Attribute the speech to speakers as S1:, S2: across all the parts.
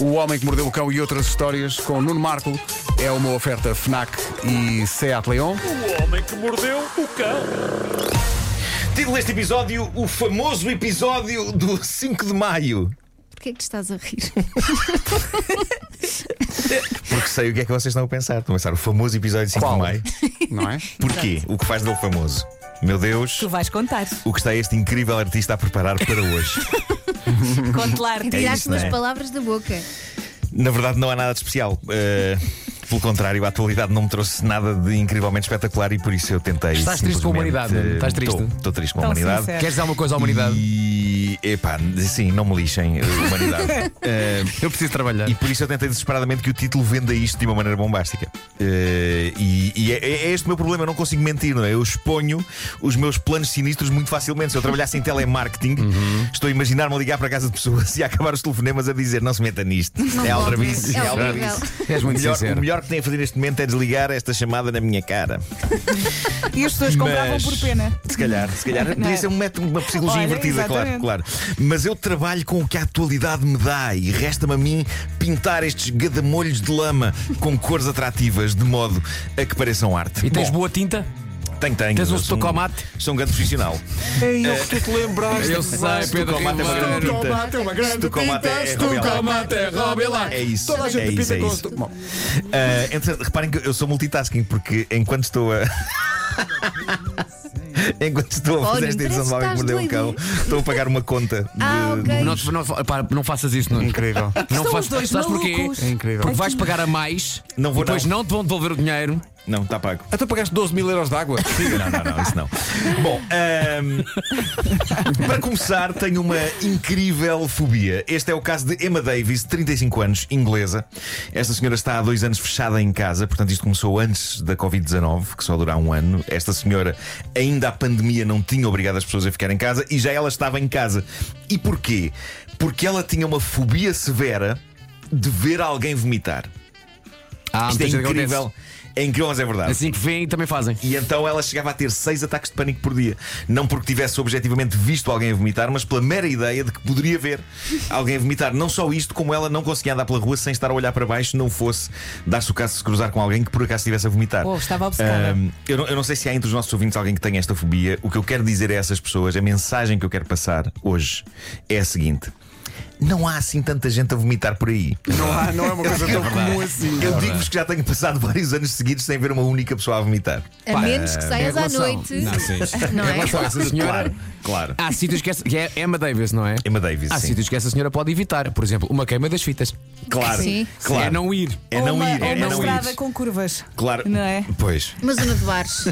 S1: O Homem que Mordeu o Cão e outras histórias com Nuno Marco é uma oferta Fnac e Seat Leon.
S2: O homem que mordeu o cão.
S3: Título deste episódio: O famoso episódio do 5 de Maio.
S4: Porquê é que te estás a rir?
S3: Porque sei o que é que vocês estão a pensar. Estão a pensar o famoso episódio de 5
S1: Qual?
S3: de Maio.
S1: Não é?
S3: Porquê? O que faz dele famoso? Meu Deus,
S5: Tu vais contar.
S3: o que está este incrível artista a preparar para hoje?
S5: Contelar.
S4: E tiraste
S3: isso, não
S4: umas
S3: é?
S4: palavras da boca.
S3: Na verdade, não há nada de especial. Eh, pelo contrário, a atualidade não me trouxe nada de incrivelmente espetacular e por isso eu tentei.
S6: Estás triste com a humanidade,
S3: simplesmente, eh,
S6: Estás triste?
S3: Estou, estou triste com a
S5: Tão
S3: humanidade.
S5: sincero.
S6: Queres dizer alguma coisa à humanidade?
S3: E. Epá, sim, não me lixem, eh, humanidade. Eh,
S6: Eu preciso trabalhar.
S3: E por isso eu tentei desesperadamente que o título venda isto de uma maneira bombástica. Eh, e e é, é este o meu problema, eu não consigo mentir, não é? Eu exponho os meus planos sinistros muito facilmente. Se eu trabalhasse em telemarketing,
S6: Uhum.
S3: estou a imaginar-me a ligar para a casa de pessoas e a acabar os telefonemas a dizer não se meta nisto. é
S4: pode.
S3: aldrabice,
S4: É
S3: aldrabice.
S4: horrível.
S6: És
S3: O
S6: muito
S3: melhor,
S6: sincero.
S3: o melhor que tem a fazer neste momento é desligar esta chamada na minha cara.
S5: E é as pessoas compravam
S3: Mas-
S5: por pena.
S3: Se calhar, se calhar.
S5: Não
S3: Podia
S5: é?
S3: ser um método, uma psicologia
S5: Olha,
S3: invertida, claro,
S5: exatamente.
S3: claro. Mas eu trabalho com o que a atualidade me dá e resta-me a mim pintar estes gadamolhos de lama com cores atrativas, de modo a que pareçam arte.
S6: E tens
S3: Bom,
S6: boa tinta?
S3: Tenho, tenho.
S6: tens um
S3: Eu sou
S6: estocomate?
S3: Sou um grande profissional.
S6: Ei, eu que tu te lembraste. Eu sei, Ah, Pedro
S3: Estocomate é uma grande
S6: Ribeiro.
S3: tinta.
S1: é uma
S3: Estocomate é
S6: Estocomate é Robilar.
S3: É isso.
S1: Toda a gente
S3: é isso,
S1: pinta
S3: é
S1: com
S3: isso.
S1: estoco- Bom,
S3: Ah, entretanto, reparem que eu sou multitasking porque enquanto estou a. enquanto estou a fazer
S4: Olha,
S3: esta edição do Homem que Mordeu o
S4: parece que
S3: Cão, estou a pagar uma conta de.
S4: Ah, ok.
S6: Não, te- não, fa- pá, não faças isso, não.
S1: Incrível.
S6: Não
S5: Estão
S6: faz,
S5: os dois
S6: sabes porquê?
S5: malucos.
S1: É incrível.
S6: Porque vais pagar a mais,
S3: Não vou, Ah,
S6: depois não. te vão devolver o dinheiro.
S3: Não, está pago.
S1: Até pagaste 12 mil euros de água.
S3: Não, não, não, isso não. Bom, ahm, para começar, tenho uma incrível fobia. Este é o caso de Emma Davis, 35 anos, inglesa. Esta senhora está há dois anos fechada em casa, portanto, isto começou antes da Covid-19, que só dura um ano. Esta senhora, ainda a pandemia, não tinha obrigado as pessoas a ficar em casa e já ela estava em casa. E porquê? Porque ela tinha uma fobia severa de ver alguém vomitar.
S6: Ah,
S3: Isto é
S6: muita gente que acontece.
S3: incrível. É incrível, mas é verdade.
S6: Assim que vêm, também fazem.
S3: E então ela chegava a ter seis ataques de pânico por dia. Não porque tivesse objetivamente visto alguém a vomitar, mas pela mera ideia de que poderia ver alguém a vomitar. Não só isto, como ela não conseguia andar pela rua sem estar a olhar para baixo, não fosse dar-se o caso de se cruzar com alguém que por acaso estivesse a vomitar.
S5: Oh, estava obcecada.
S3: Ahm, eu, não, eu não sei se há entre os nossos ouvintes alguém que tenha esta fobia. O que eu quero dizer a essas pessoas, a mensagem que eu quero passar hoje é a seguinte. Não há assim tanta gente a vomitar por aí.
S1: Não, há, não é uma coisa tão comum assim.
S6: é.
S3: Eu digo-vos que já tenho passado vários anos seguidos sem ver uma única pessoa a vomitar.
S4: A menos que saias à noite. Não
S6: Em
S4: é?
S6: relação a essa senhora,
S3: Claro, claro.
S6: há sítios que essa. que é Emma Davis, não é?
S3: Emma Davis.
S6: Há
S3: Ah, sim.
S6: sítios que essa senhora pode evitar. Por exemplo, uma queima das fitas.
S3: Claro,
S4: Sim.
S3: claro.
S6: É não ir.
S3: É não
S5: ou uma,
S3: ir, é
S5: ou uma
S3: não
S5: estrada
S3: ir.
S5: com curvas.
S3: Claro.
S5: Não é?
S3: Pois.
S4: Mas uma de bares.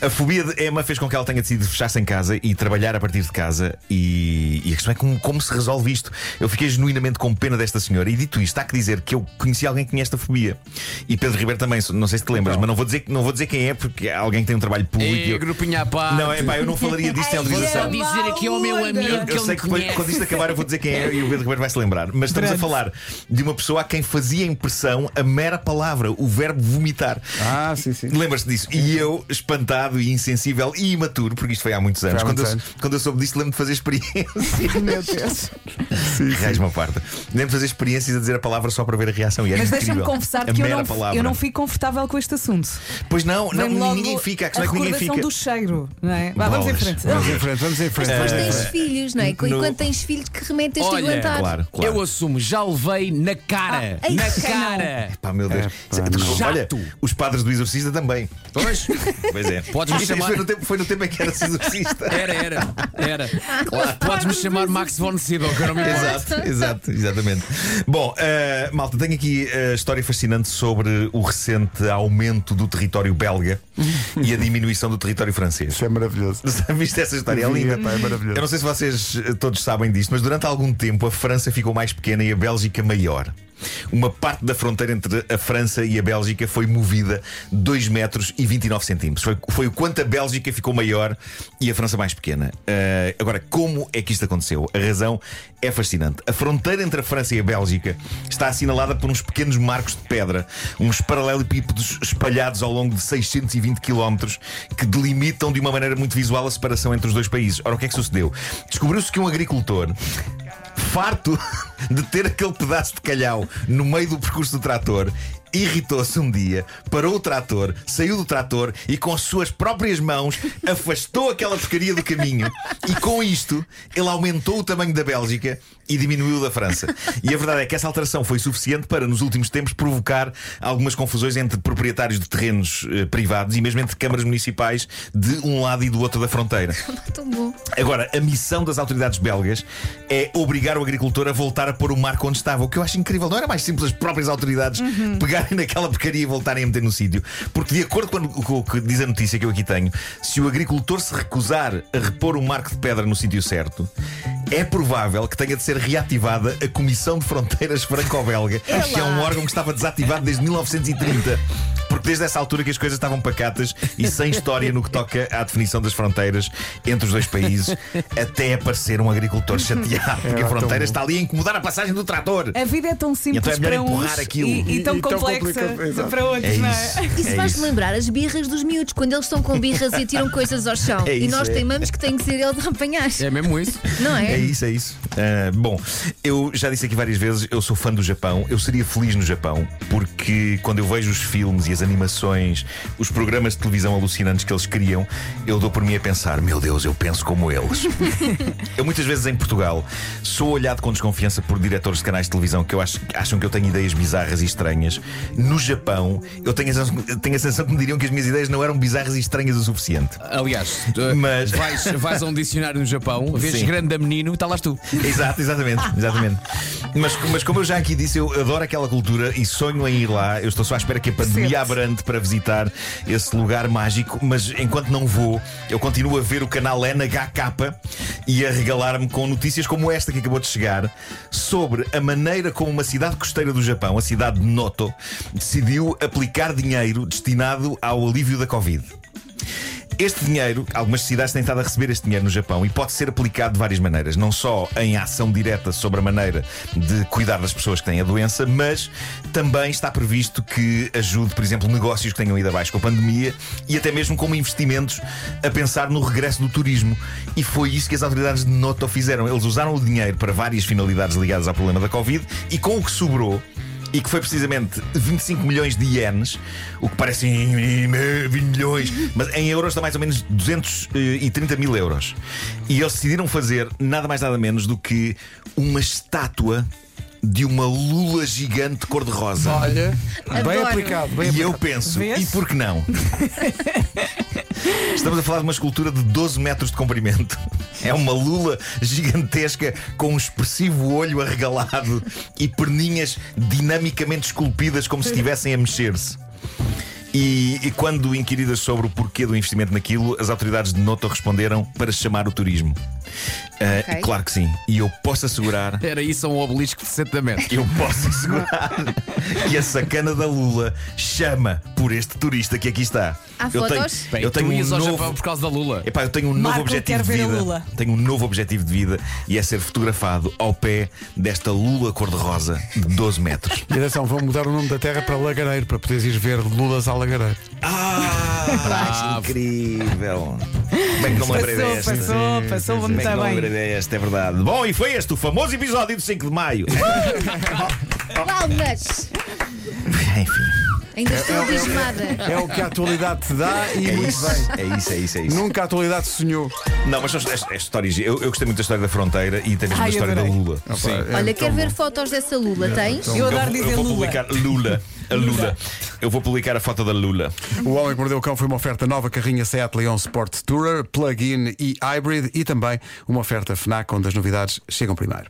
S3: A fobia de Emma fez com que ela tenha decidido fechar-se em casa e trabalhar a partir de casa. E, e a questão é como, como se resolve isto. Eu fiquei genuinamente com pena desta senhora. E dito isto, há que dizer que eu conheci alguém que tinha esta fobia. E Pedro Ribeiro também, não sei se te lembras, mas não vou dizer, não vou dizer quem é, porque há alguém que tem um trabalho público. e
S6: É,
S3: eu-
S6: grupinho à parte.
S3: Não, é pá, eu não falaria disto sem
S5: Ai,
S3: autorização.
S5: é mau
S6: dizer aqui ao meu
S5: onda.
S6: amigo
S5: Eu-
S6: que
S3: Eu
S6: ele
S3: sei
S6: me
S3: que depois,
S6: conhece.
S3: quando isto acabar, eu vou dizer quem é e o Pedro Ribeiro vai se lembrar. Mas estamos a falar de uma pessoa a quem fazia impressão a mera palavra, o verbo vomitar.
S1: Ah, sim, sim.
S3: Lembras-te disso? E eu, espantado e insensível e imaturo, porque isto foi há muitos anos,
S1: há
S3: quando,
S1: muitos
S3: eu,
S1: anos.
S3: quando eu soube disto, lembro de fazer experiências. Meu Deus. Raiz uma parte. Lembro de fazer experiências a dizer a palavra só para ver a reação. E era
S5: Mas deixa-me
S3: É incrível.
S5: confessar
S3: a
S5: que eu
S3: mera
S5: não,
S3: palavra.
S5: eu não fico confortável com este assunto.
S3: Pois não, não
S5: Vem-me logo
S3: ninguém fica. A
S5: a
S3: questão é que ninguém
S5: recordação
S3: fica.
S5: do cheiro, não é? Vá, vamos em
S3: Bolas.
S5: frente.
S1: Vamos em frente, vamos em frente.
S4: Depois
S1: Vamos em
S4: tens
S1: frente.
S4: filhos, não é? E
S3: no-
S4: quando tens filhos, que remédio tens de
S6: Olha,
S4: aguentar?
S3: Claro, claro.
S6: Eu assumo, já levei na cara.
S4: Ah, ei,
S6: na
S4: que
S6: cara.
S3: Pá, meu Deus.
S6: não.
S3: Olha,
S6: Jato.
S3: os padres do Exorcista também.
S6: Pois?
S3: Pois é.
S6: Podes-me
S3: Isto- isto
S6: chamar-
S3: Foi no, tempo, foi no tempo em que era exorcista.
S6: Era, era, era. Podes-me chamar Max von Sydow, que eu não me importo.
S3: Exato, exato, exatamente. Bom, eh, malta, tenho aqui a história fascinante sobre o recente aumento do território belga e a diminuição do território francês.
S1: Isso é maravilhoso.
S3: Viste essa história? É
S1: Vi,
S3: linda.
S1: epá, é maravilhoso.
S3: Eu não sei se vocês eh, todos sabem disto, mas durante algum tempo a França ficou mais pequena e a Bélgica maior. Uma parte da fronteira entre a França e a Bélgica foi movida 2 metros e 29 centímetros. Foi, foi o quanto a Bélgica ficou maior e a França mais pequena. Eh, agora, como é que isto aconteceu? A razão é fascinante. A fronteira entre a França e a Bélgica está assinalada por uns pequenos marcos de pedra, uns paralelepípedos espalhados ao longo de 620 quilómetros que delimitam de uma maneira muito visual a separação entre os dois países. Ora, o que é que sucedeu? Descobriu-se que um agricultor farto de ter aquele pedaço de calhau no meio do percurso do trator, irritou-se um dia, parou o trator, saiu do trator e com as suas próprias mãos afastou aquela porcaria do caminho. E com isto, ele aumentou o tamanho da Bélgica e diminuiu o da França. E a verdade é que essa alteração foi suficiente para, nos últimos tempos, provocar algumas confusões entre proprietários de terrenos eh, privados e mesmo entre câmaras municipais de um lado e do outro da fronteira.
S4: Tão bom.
S3: Agora, a missão das autoridades belgas é obrigar o agricultor a voltar a pôr o marco onde estava, o que eu acho incrível. Não era mais simples as próprias autoridades pegarem naquela porcaria e voltarem a meter no sítio. Porque, de acordo com o- com o que diz a notícia que eu aqui tenho, se o agricultor se recusar a repor o marco de pedra no sítio certo, é provável que tenha de ser reativada a Comissão de Fronteiras Franco-Belga, que é um órgão que estava desativado desde 1930. Porque desde essa altura que as coisas estavam pacatas e sem história no que toca à definição das fronteiras entre os dois países, até aparecer um agricultor chateado, porque a
S1: tão
S3: fronteira
S1: bom.
S3: está ali a incomodar a passagem do trator.
S5: A vida é tão simples
S3: Então é melhor
S5: para uns
S3: empurrar aquilo.
S5: E, e tão
S1: E- e tão
S5: complexa
S1: complicado, exato.
S5: para outros,
S3: É
S5: não
S3: isso.
S5: é?
S4: Isso
S3: é
S4: faz-me
S3: isso.
S4: lembrar as birras dos miúdos, quando eles estão com birras e tiram coisas ao chão.
S3: É
S4: e
S3: isso,
S4: nós
S3: é.
S4: teimamos que tem que ser eles a apanhar,
S6: É mesmo isso?
S4: não é?
S3: É isso, é isso. Ah, bom, eu já disse aqui várias vezes, eu sou fã do Japão, eu seria feliz no Japão, porque quando eu vejo os filmes e as animações, os programas de televisão alucinantes que eles criam, eu dou por mim a pensar, meu Deus, eu penso como eles. eu muitas vezes em Portugal sou olhado com desconfiança por diretores de canais de televisão que eu acho, que acham que eu tenho ideias bizarras e estranhas. No Japão, eu tenho a, sensação, tenho a sensação que me diriam que as minhas ideias não eram bizarras e estranhas o suficiente.
S6: Aliás, eh,
S3: Mas-
S6: vais, vais a um dicionário no Japão, vês
S3: Sim.
S6: grande a menino, está lá tu.
S3: Exato, exatamente, exatamente. Mas, mas como eu já aqui disse, eu adoro aquela cultura e sonho em ir lá. Eu estou só à espera que a
S5: Sente-se.
S3: pandemia abrante para visitar esse lugar mágico. Mas enquanto não vou, eu continuo a ver o canal NHK e a regalar-me com notícias como esta que acabou de chegar sobre a maneira como uma cidade costeira do Japão, a cidade de Noto, decidiu aplicar dinheiro destinado ao alívio da Covid. Este dinheiro, algumas cidades têm estado a receber este dinheiro no Japão e pode ser aplicado de várias maneiras. Não só em ação direta sobre a maneira de cuidar das pessoas que têm a doença, mas também está previsto que ajude, por exemplo, negócios que tenham ido abaixo com a pandemia e até mesmo como investimentos a pensar no regresso do turismo. E foi isso que as autoridades de Noto fizeram. Eles usaram o dinheiro para várias finalidades ligadas ao problema da Covid e com o que sobrou e que foi precisamente 25 milhões de ienes, o que parece 20 milhões, mas em euros dá mais ou menos 230 mil euros. E eles decidiram fazer nada mais nada menos do que uma estátua de uma lula gigante cor-de-rosa.
S1: Olha, bem
S4: Adoro.
S1: aplicado, bem
S3: E eu
S1: aplicado.
S3: penso,
S5: Vês?
S3: e por que não? Estamos a falar de uma escultura de 12 metros de comprimento. É uma lula gigantesca com um expressivo olho arregalado e perninhas dinamicamente esculpidas como se estivessem a mexer-se. E, e quando inquiridas sobre o porquê do investimento naquilo, as autoridades de Noto responderam para chamar o turismo. Ah,
S4: Ok.
S3: Claro que sim. E eu posso assegurar
S6: Era isso ou um obelisco de 60 metros.
S3: eu posso assegurar que a sacana da Lula chama por este turista que aqui está.
S4: Há
S3: eu tenho,
S4: fotos?
S6: Bem,
S3: eu tenho
S6: tu ias
S3: um
S6: ao
S3: novo,
S6: Japão por causa da Lula.
S3: Epá, eu tenho um
S5: Marco,
S3: novo objetivo
S5: quero
S3: de
S5: ver a
S3: vida.
S5: Lula.
S3: Tenho um novo objetivo de vida e é ser fotografado ao pé desta Lula cor-de-rosa de 12 metros.
S1: E atenção, vão mudar o nome da terra para Lagareiro, para poderes ir ver Lulas à Lagareiro.
S3: Ah, incrível! Bem que não me lembrei
S5: Passou,
S3: desta.
S5: passou, passou
S3: Bem
S5: muito
S3: que não me lembrei
S5: bem.
S3: desta, é verdade. Bom, e foi este o famoso episódio do 5 de maio.
S4: Palmas!
S3: Enfim,
S4: Ainda estou abismada.
S1: É o que a atualidade te dá e
S3: é
S1: muito
S3: isso,
S1: bem.
S3: é isso, é isso, é isso.
S1: Nunca a atualidade sonhou.
S3: Não, mas são as, as- as histórias. Eu, eu gostei muito da história da fronteira e também da
S5: Ai,
S3: história da
S5: adorei.
S3: Lula. Sim.
S1: é
S4: Olha, quero ver fotos dessa Lula, tens?
S5: Eu
S3: Eu,
S5: adoro
S3: vou-
S5: dizer
S3: eu vou
S5: Lula.
S3: publicar Lula. A Lula. Eu vou publicar a foto da Lula.
S1: O Homem que Mordeu o Cão foi uma oferta nova carrinha Seat Leon Sport Tourer, plug-in e hybrid e também uma oferta FNAC onde as novidades chegam primeiro.